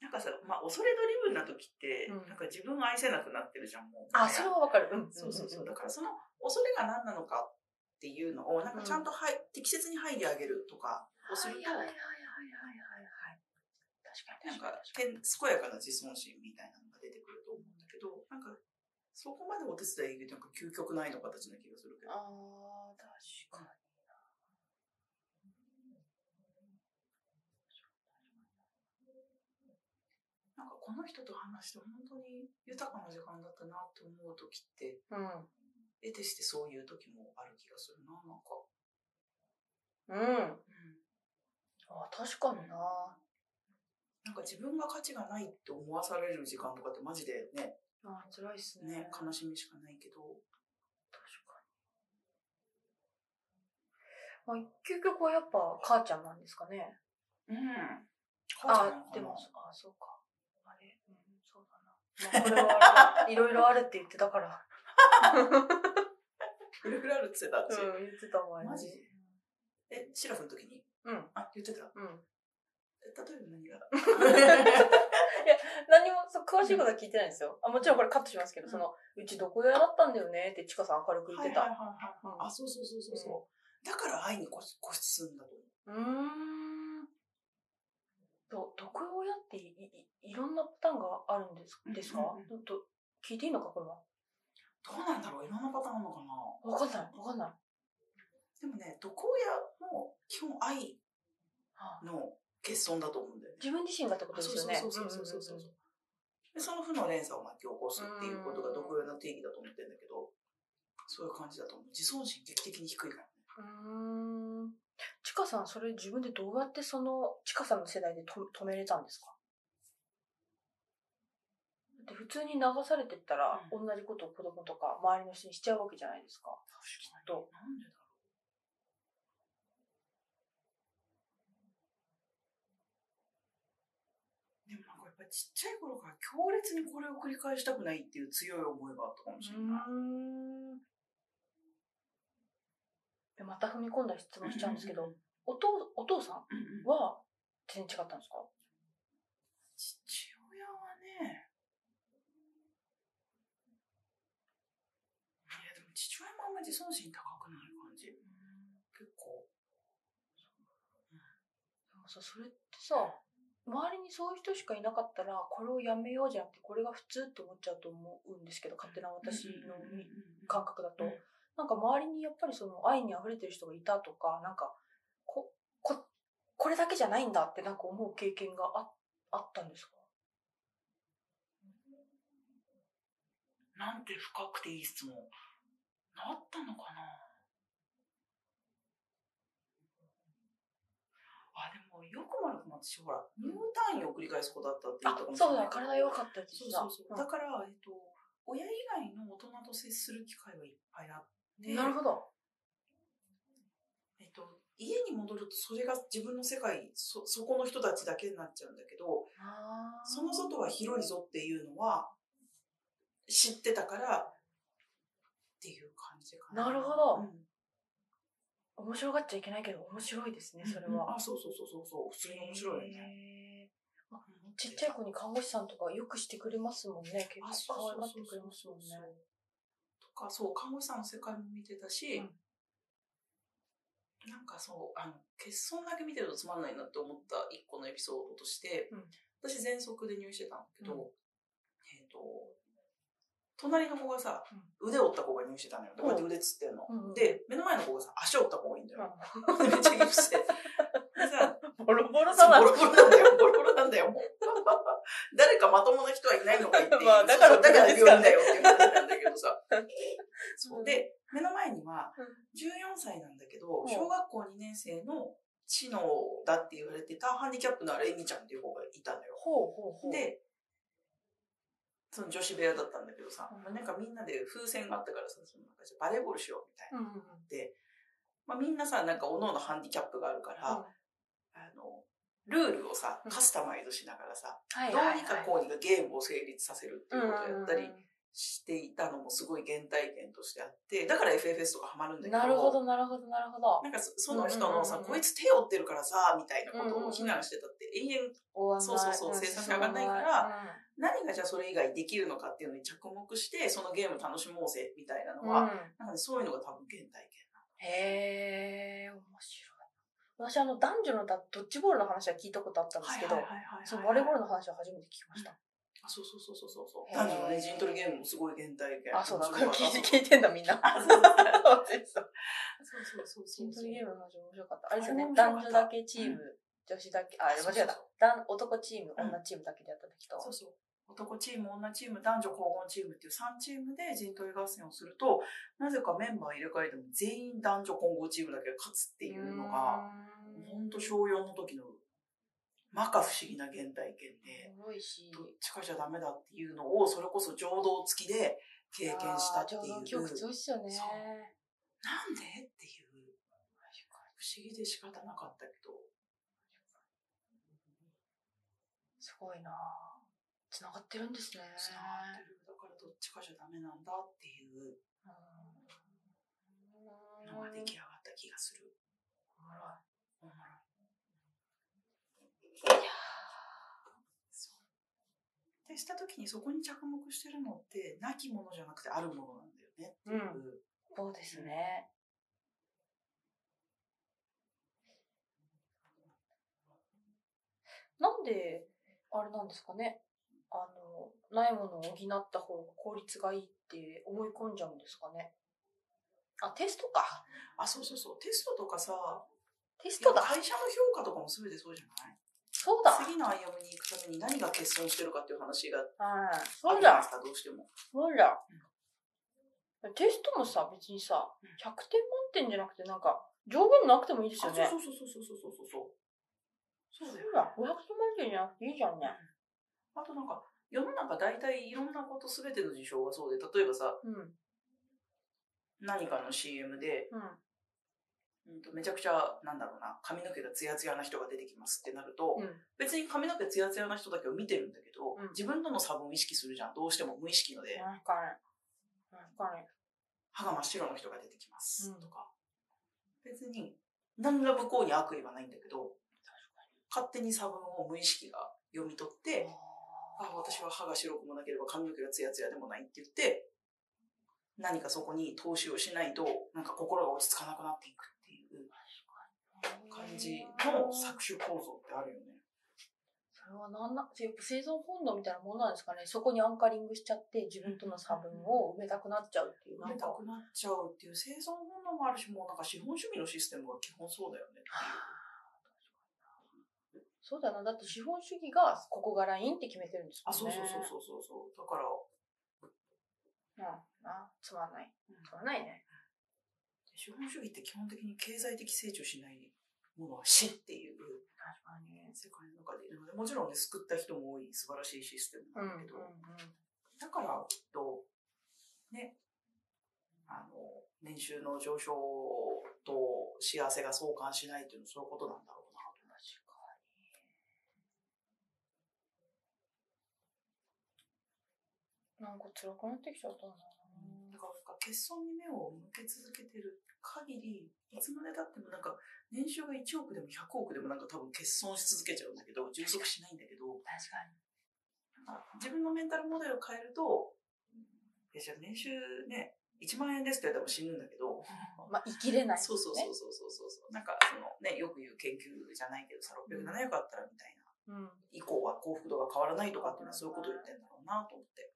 なんかさ、まあ、恐れドリブンな時って、
うん
なんか自分を愛せなくなってるじゃん、もう。
あ、それはわかる。うん。
そうそうそう。だからその恐れが何なのかっていうのを、なんかちゃんとはい、適切に入りあげるとかをすると、
はいはいはいはいはいはい
な
はい。確かに
ん
確か
か健健やかな自尊心みたいなのが出てくると思うんだけど、なんかそこまでお手伝いできるなんか究極難易度の形な気がするけ
に。あ
ど。
あ、確かに。
なんかこの人と話して本当に豊かな時間だったなって思う時って、得てしてそういう時もある気がするな、なんか。
うん。うん。あ、確かにな。
なんか自分が価値がないって思わされる時間とかってマジでね、
あー辛いっすね。
ね、悲しみしかないけど。
確かに。まあ、究極はやっぱ母ちゃんなんですかね。
うん。
あ、でも、あ、そうか。あれ、うん、そうだな。まあ、これはあれだ、いろいろあるって言ってたから。
いろいろあるって言ってた、私。
言ってたもん
マジでえ、シラフの時に
うん、
あ、言ってた。
うん。
例えば何が
何もそう詳しいことは聞いてないんですよ。あもちろんこれカットしますけど、
うん
そのうちどこ屋だったんだよねってちかさん明るく言ってた。
はいはいはいはい、あ、そうそうそうそうそう。だから愛に固執固執するんだと思う。
うーん。ど毒親っていいいいろんなパターンがあるんですですか、
うんうん
どど聞いていいのかこれは。
どうなんだろういろんなパターンあるのかな
わかんない。わかんない。
でもね、毒親も基本愛
はあ
の欠損だと思うんだよね。
自分自身がってことですよね。
そうそうそうそうそうそううん
うんうん
でその負の連鎖を巻き起こすっていうことが毒親の定義だと思ってるんだけど、そういう感じだと思う。自尊心劇的に低いからね。
うーん。ちかさん、それ自分でどうやってその、ちかさんの世代でと止めれたんですかだって普通に流されてったら、
う
同じことを子供とか周りの人にしちゃうわけじゃないですか。
確かに。なんでだろう。でもなんかやっぱりちっちゃい頃から強烈にこれを繰り返したくないっていう強い思いがあったかもしれない。
ん。でまた踏み込んだ質問しちゃうんですけ
う
ど、お父、お父さん
うんうん
は全然違ったんですか
父親はね、いやでも父親もあんま自尊心高くない感じ。結構。
でもさ、それってさ、周りにそういう人しかいなかったら、これをやめようじゃなくて、これが普通って思っちゃうと思うんですけど、勝手な私の
うんうんうんうん
感覚だと
うん。
なんか周りにやっぱりその愛に溢れてる人がいたとか、なんか、こ、こ、これだけじゃないんだってなんか思う経験がああったんですか
なんて深くていい質問。なったのかなあ、でも、よくも悪くも私、ほら、入退院を繰り返す子だったって言
あ
ったか、もしれ
そう
な
だ、
いけど。
体弱かったやつ
そう
だ
そうそう。だから、えっと、親以外の大人と接する機会はいっぱいあって、
なるほど。
えっと、家に戻るとそれが自分の世界、そ、そこの人たちだけになっちゃうんだけど、
あー
その外は広いぞっていうのは知ってたからっていう感じかな。
なるほど
うん
面白がっちゃいけないけど、面白いですね、それ
うん
は。
あ、そうそうそうそうそう。普通に面白いよね。
ね。ちっちゃい子に看護師さんとかよくしてくれますもんね。
あ
結
そ
構
う
可愛が
そう
って
そ
くれ
う
ますもんね。
とか、そう、看護師さんの世界も見てた
う
し、
ん
なんかそう、あの、欠損だけ見てるとつまんないなって思った一個のエピソードとして、
うん
私喘息で入院してたんだけど、
う
えっ、と、隣の子がさ、腕折った子が入院してたのよ。でこうやって腕つってんの。
うんうん
で、目の前の子がさ、足折った子がいいんだよ。
う
めっちゃギブして。 で
ん
さ、
ボロボロ
そう
だな
ボ。ロボロなんだよ、ボロボロなんだよ、もう。 誰かまともな人はいないのかいってい う。
まあだから
そうだから
病
病
院
院
ですからね
だよっていう話なんだけど さ。そううんで、目の前には
うん、
14歳なんだけど、
ん
小学校2年生の知能だって言われてたハンディキャップのあれ、エミちゃんっていう子がいたのよ。
ほうほうほう。、
で、その女子部屋だったんだけどさ、
うん
なんかみんなで風船があったからさ、そのなんかじゃあバレーボールしようみたいな。
うんうんうん。
まあ、みんなさ、なんか各々ハンディキャップがあるから、
うん
あの、ルールをさ、
うん
カスタマイズしながらさ、
はい
どう
はいはい
にかこうにかゲームを成立させるっていうことをやった
うんうん
り
う
していたのもすごい原体験としてあって、だから FFS とかハマるんだ
ん
けど。
なるほど、なるほど、なるほど
な。んかそその人のさ、
うんうんうんうん
こいつ手を負ってるからさ、みたいなこと
うんうんう
を
ん
非難してたって、永
終
遠
わん
そうそうそう生産性上がんないか、
うん
ら何がじゃあそれ以外できるのかっていうのに着目して、そのゲーム楽しもうぜ、みたいなの
進ま
は、
ないうん
なんかね、そういうのが多分原体験。
へえ、面白い。私、あの、男女のだドッジボールの話は聞いたことあったんですけど、
は
そう、バレーボールの話は初めて聞きました。
あ、そうそうそうそうそうそ
へ
う。
ー
男女のね、陣取りゲームもすごい原体験。
あ、そうだ、これ
面白
聞
か
い聞
って
いてんだ、みん な。
あそうそう
そう
そうそうそうそうそ
シ
う。
ントリーゲームの話面白かった。あれですよね
あれ、面
男
白かった
女だけチーム、女子だけ、あ、
そうそう
間違えた。男男チーム、
うん
女チームだけでやった時と。
そうそう。男チーム、女チーム、男女混合チームっていう3チームで陣取り合戦をすると、なぜかメンバー入れ替えても全員男女混合チームだけが勝つっていうのが、
うーん
ほんと小4の時の、摩訶不思議な現代験で、
すごいし、
どっちかじゃダメだっていうのを、それこそ情動付きで経験したっていう。
いやー
なんで
記憶強いっすよね。
そうっていう、不思議で仕方なかったけど、
すごいなつながってるんですね。
つながってる。だからどっちかじゃダメなんだっていう
うーん
のが出来上がった気がする。
おもろい
うん
いや
接した時にそこに着目してるのって、なきものじゃなくてあるものなんだよね。
うん
う。ん
そうですね。
なんで、あれなんですかね。あの、ないものを補った方が効率がいいって思い込んじゃうんですかね。あ、テストか。
あ、そうそうそう。テストとかさ、
テス
会社
ト
の
だ。
評価とかも全てそうじゃない
そうだ。
次のアイアムに行くために何が欠損してるかっていう話が
はい。
あ
そう
るじゃない
だ
です。か、どうしても。
そうだ。テストもさ、別にさ、100点満点じゃなくて、なんか、上限なくてもいいですよね。
そうそうそうそうそうそうそう。そうだよ
そうだ、500点満点じゃなくていいじゃんね。
あとなんか、世の中大体いろんなこと全ての事象がそうで、例えばさ、
うん。
何かの CM で、
うん。
うんと、めちゃくちゃ、なんだろうな、髪の毛がツヤツヤな人が出てきますってなると、
うん
別に髪の毛ツヤツヤな人だけを見てるんだけど、
うん
自分との差分を意識するじゃん。どうしても無意識ので、
なんかね。なんかね。
歯が真っ白の人が出てきます
うん
とか。別に、何ら向こうに悪意はないんだけど、勝手に差分を無意識が読み取って、あ、私は歯が白くもなければ髪の毛がツヤツヤでもないって言って、何かそこに投資をしないと、なんか心が落ち着かなくなっていくっていう感じの搾取構造ってあるよね。
それはなんな、やっぱ生存本能みたいなものなんですかね。そこにアンカリングしちゃって、自分との差分を埋めたくなっちゃうっていう。
な
なん
んか
か
な、くなっちゃうっていう生存本能もあるし、もうなんか資本主義のシステムが基本そうだよね。
そうだな。だって資本主義がここがラインって決めてるんです
あ、
も
そ
ん
う
ね。
そうそうそうそうそう。だから、
うん。あ、つまんない。つまんないね。
資本主義って基本的に経済的成長しないものは死っていう
確かに。
世界の中でいるので、もちろんね、救った人も多い素晴らしいシステム
うん。う
なん
ん
だけど、
うん。
だからきっと、ね、あの、年収の上昇と幸せが相関しないっていうのはそういうことなんだろうな
確かに。なんか辛くなってきちゃったな。
と。だからなんか欠損に目を向け続けてる限り、いつまでたってもなんか、年収が1億でも100億でもなんか多分欠損し続けちゃうんだけど、充足しないんだけど、
確か
なんか自分のメンタルモデルを変えると、いやじゃあ年収ね、1万円ですって言われても死ぬんだけど、
に。まあ、生きれない、
そうそうそう。そうそうそうそう。なんかそのね、よく言う研究じゃないけどさ、600、700あったらみたい
うん。
な。以降は幸福度が変わらないとかっていうのはそういうことを言ってんだろうなと思って。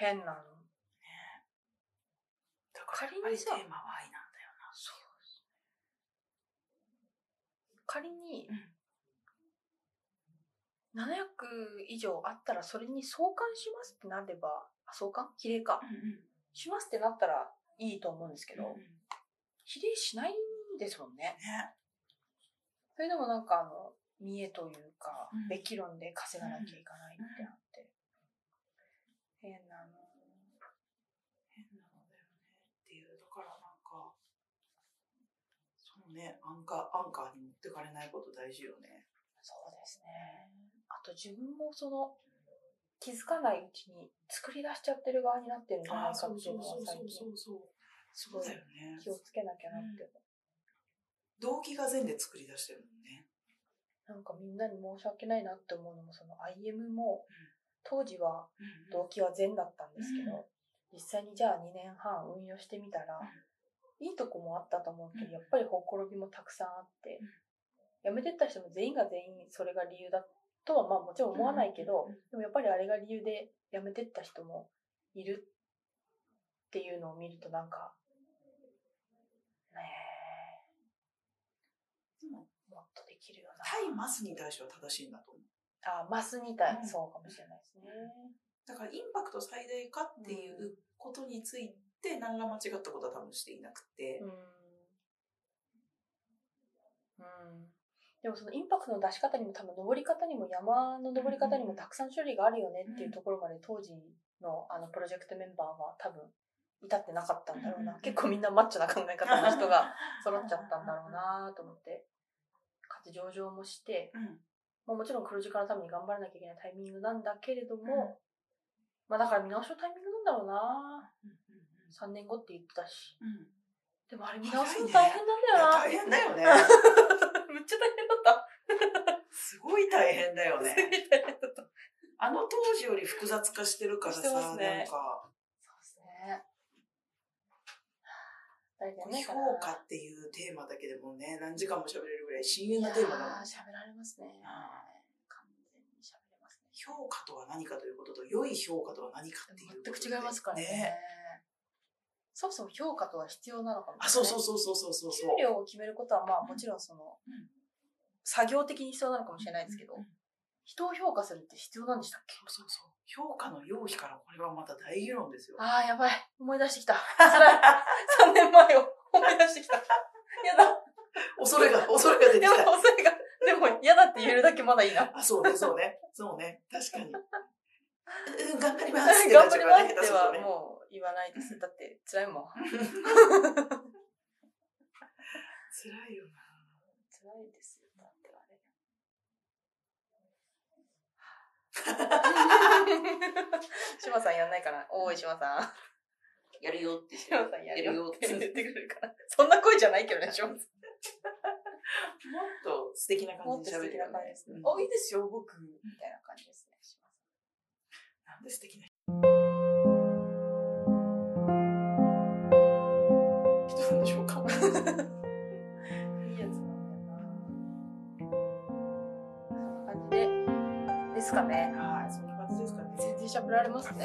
変なの。
だ
から
やっぱりテーマは愛なんだよな。
仮に
うん、
700以上あったらそれに相関しますってなれば、あ、相関比例か。しますってなったらいいと思うんですけ
け
ど
ど、
比例しないですもんね。
ね。
それでもなんかあの、見栄というか、
うん
べき論で稼がなきゃいかないってなって。変なの。
変なのだよねっていう。だからなんか、そうね、アンカー、アンカーに持ってかれないこと大事よね。
そうですね。あと自分もその、気づかないうちに作り出しちゃってる側になってるんじゃないかっていうのは最近
うそう。そうだよね。
気をつけなきゃなって。
動機が善で作り出してるもんね。
なんかみんなに申し訳ないなって思うのも、その IM も
うん、
当時は動機は善だったんですけど、実際にじゃあ2年半運用してみたら、いいとこもあったと思うけ
う
ど、
ん
やっぱりほころびもたくさんあって
うん、
辞めてった人も全員が全員それが理由だとはまあもちろん思わないけど
うん、
でもやっぱりあれが理由で辞めてった人もいるっていうのを見るとなんか、ね
でも、
え、もっとできるよな。
対マスに対しては正しいんだと思う。
あ、マスにたい
うん
そうかもしれないですね。
だからインパクト最大化っていうことについて何ら間違ったことは多分していなくて、
うん。うん。でもそのインパクトの出し方にも多分登り方にも山の登り方にもたくさん種類があるよねっていうところまで当時のあのプロジェクトメンバーは多分至ってなかったんだろうな。
うん
結構みんなマッチョな考え方の人が揃っちゃったんだろうなと思って。かつ上場もして、
うん、
まあ、もちろん黒字化のために頑張らなきゃいけないタイミングなんだけれども、まあだから見直しのタイミングなんだろうな3年後って言ってたし。
うん、
でもあれ見直すの大変なんだよな。
大変だよね。
難っちゃ大変だった。
すごい大変だよ
す
ね。
げえ大変だった。
あの当時より複雑化してるからさ、
してますね
なんか、
そうですね。大変
評価っていうテーマだけでもね、何時間も喋れるぐらい深淵なテーマだもん。
喋られますね。完全に喋れますね。
評価とは何かということと、良い評価とは何かっていうこと
全
で。
く違いますからね。そもそも評価とは必要なのかも、
あ、そうそう
う
そうそうそうそうそう。
給料を決めることはまあもちろんその、
うん
作業的に必要なのかもしれないですけど、
うん
人を評価するって必要なんでしたっけ
そうそうそう。評価の要否からこれはまた大議論ですよ。
ああ、やばい。思い出してきた。 辛い。3年前を思い出してきた。やだ。
恐れが、恐れが出て
で
き
も
た。、
それが、でも、嫌だって言えるだけまだいいな。
あ、そうね、そうね。そうね。確かに。うん頑張りますって
頑張ります
立
って
場
は
がね
もう言わないです。だって、辛いもん。
辛いよな。
辛いですよ。だってあれ。志麻さんやんないかな。おい、志麻さん。
やるよって
志麻さんやるよって言
や
っ
る
て
よ
くれるから。そんな声じゃないけどね、志麻さん。
もっと素敵な
も
感
っ
じ
と素
で喋る
敵
よ
な
ね
感じですね。
うん
いいですよ、僕。みたいな感じですね。志麻さん
なんで素敵な人なんでしょ うか
いいやつなんだよな。そんな感じで。ですかね。
はい、そんな感じですかね。
全然しゃべられますね。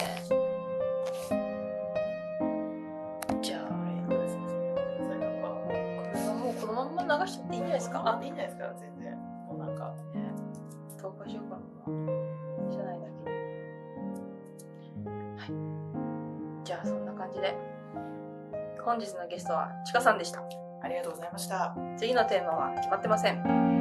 じゃあ、これはもうこのまんま流しちゃっていいんじゃないですか。
あ、いいんじゃないですか、全然。もうなんか、
投稿しようかな。社内だけに。はい。じゃあ、そんな感じで。本日のゲストはちかさんでした。
ありがとうございました。
次のテーマは決まってません。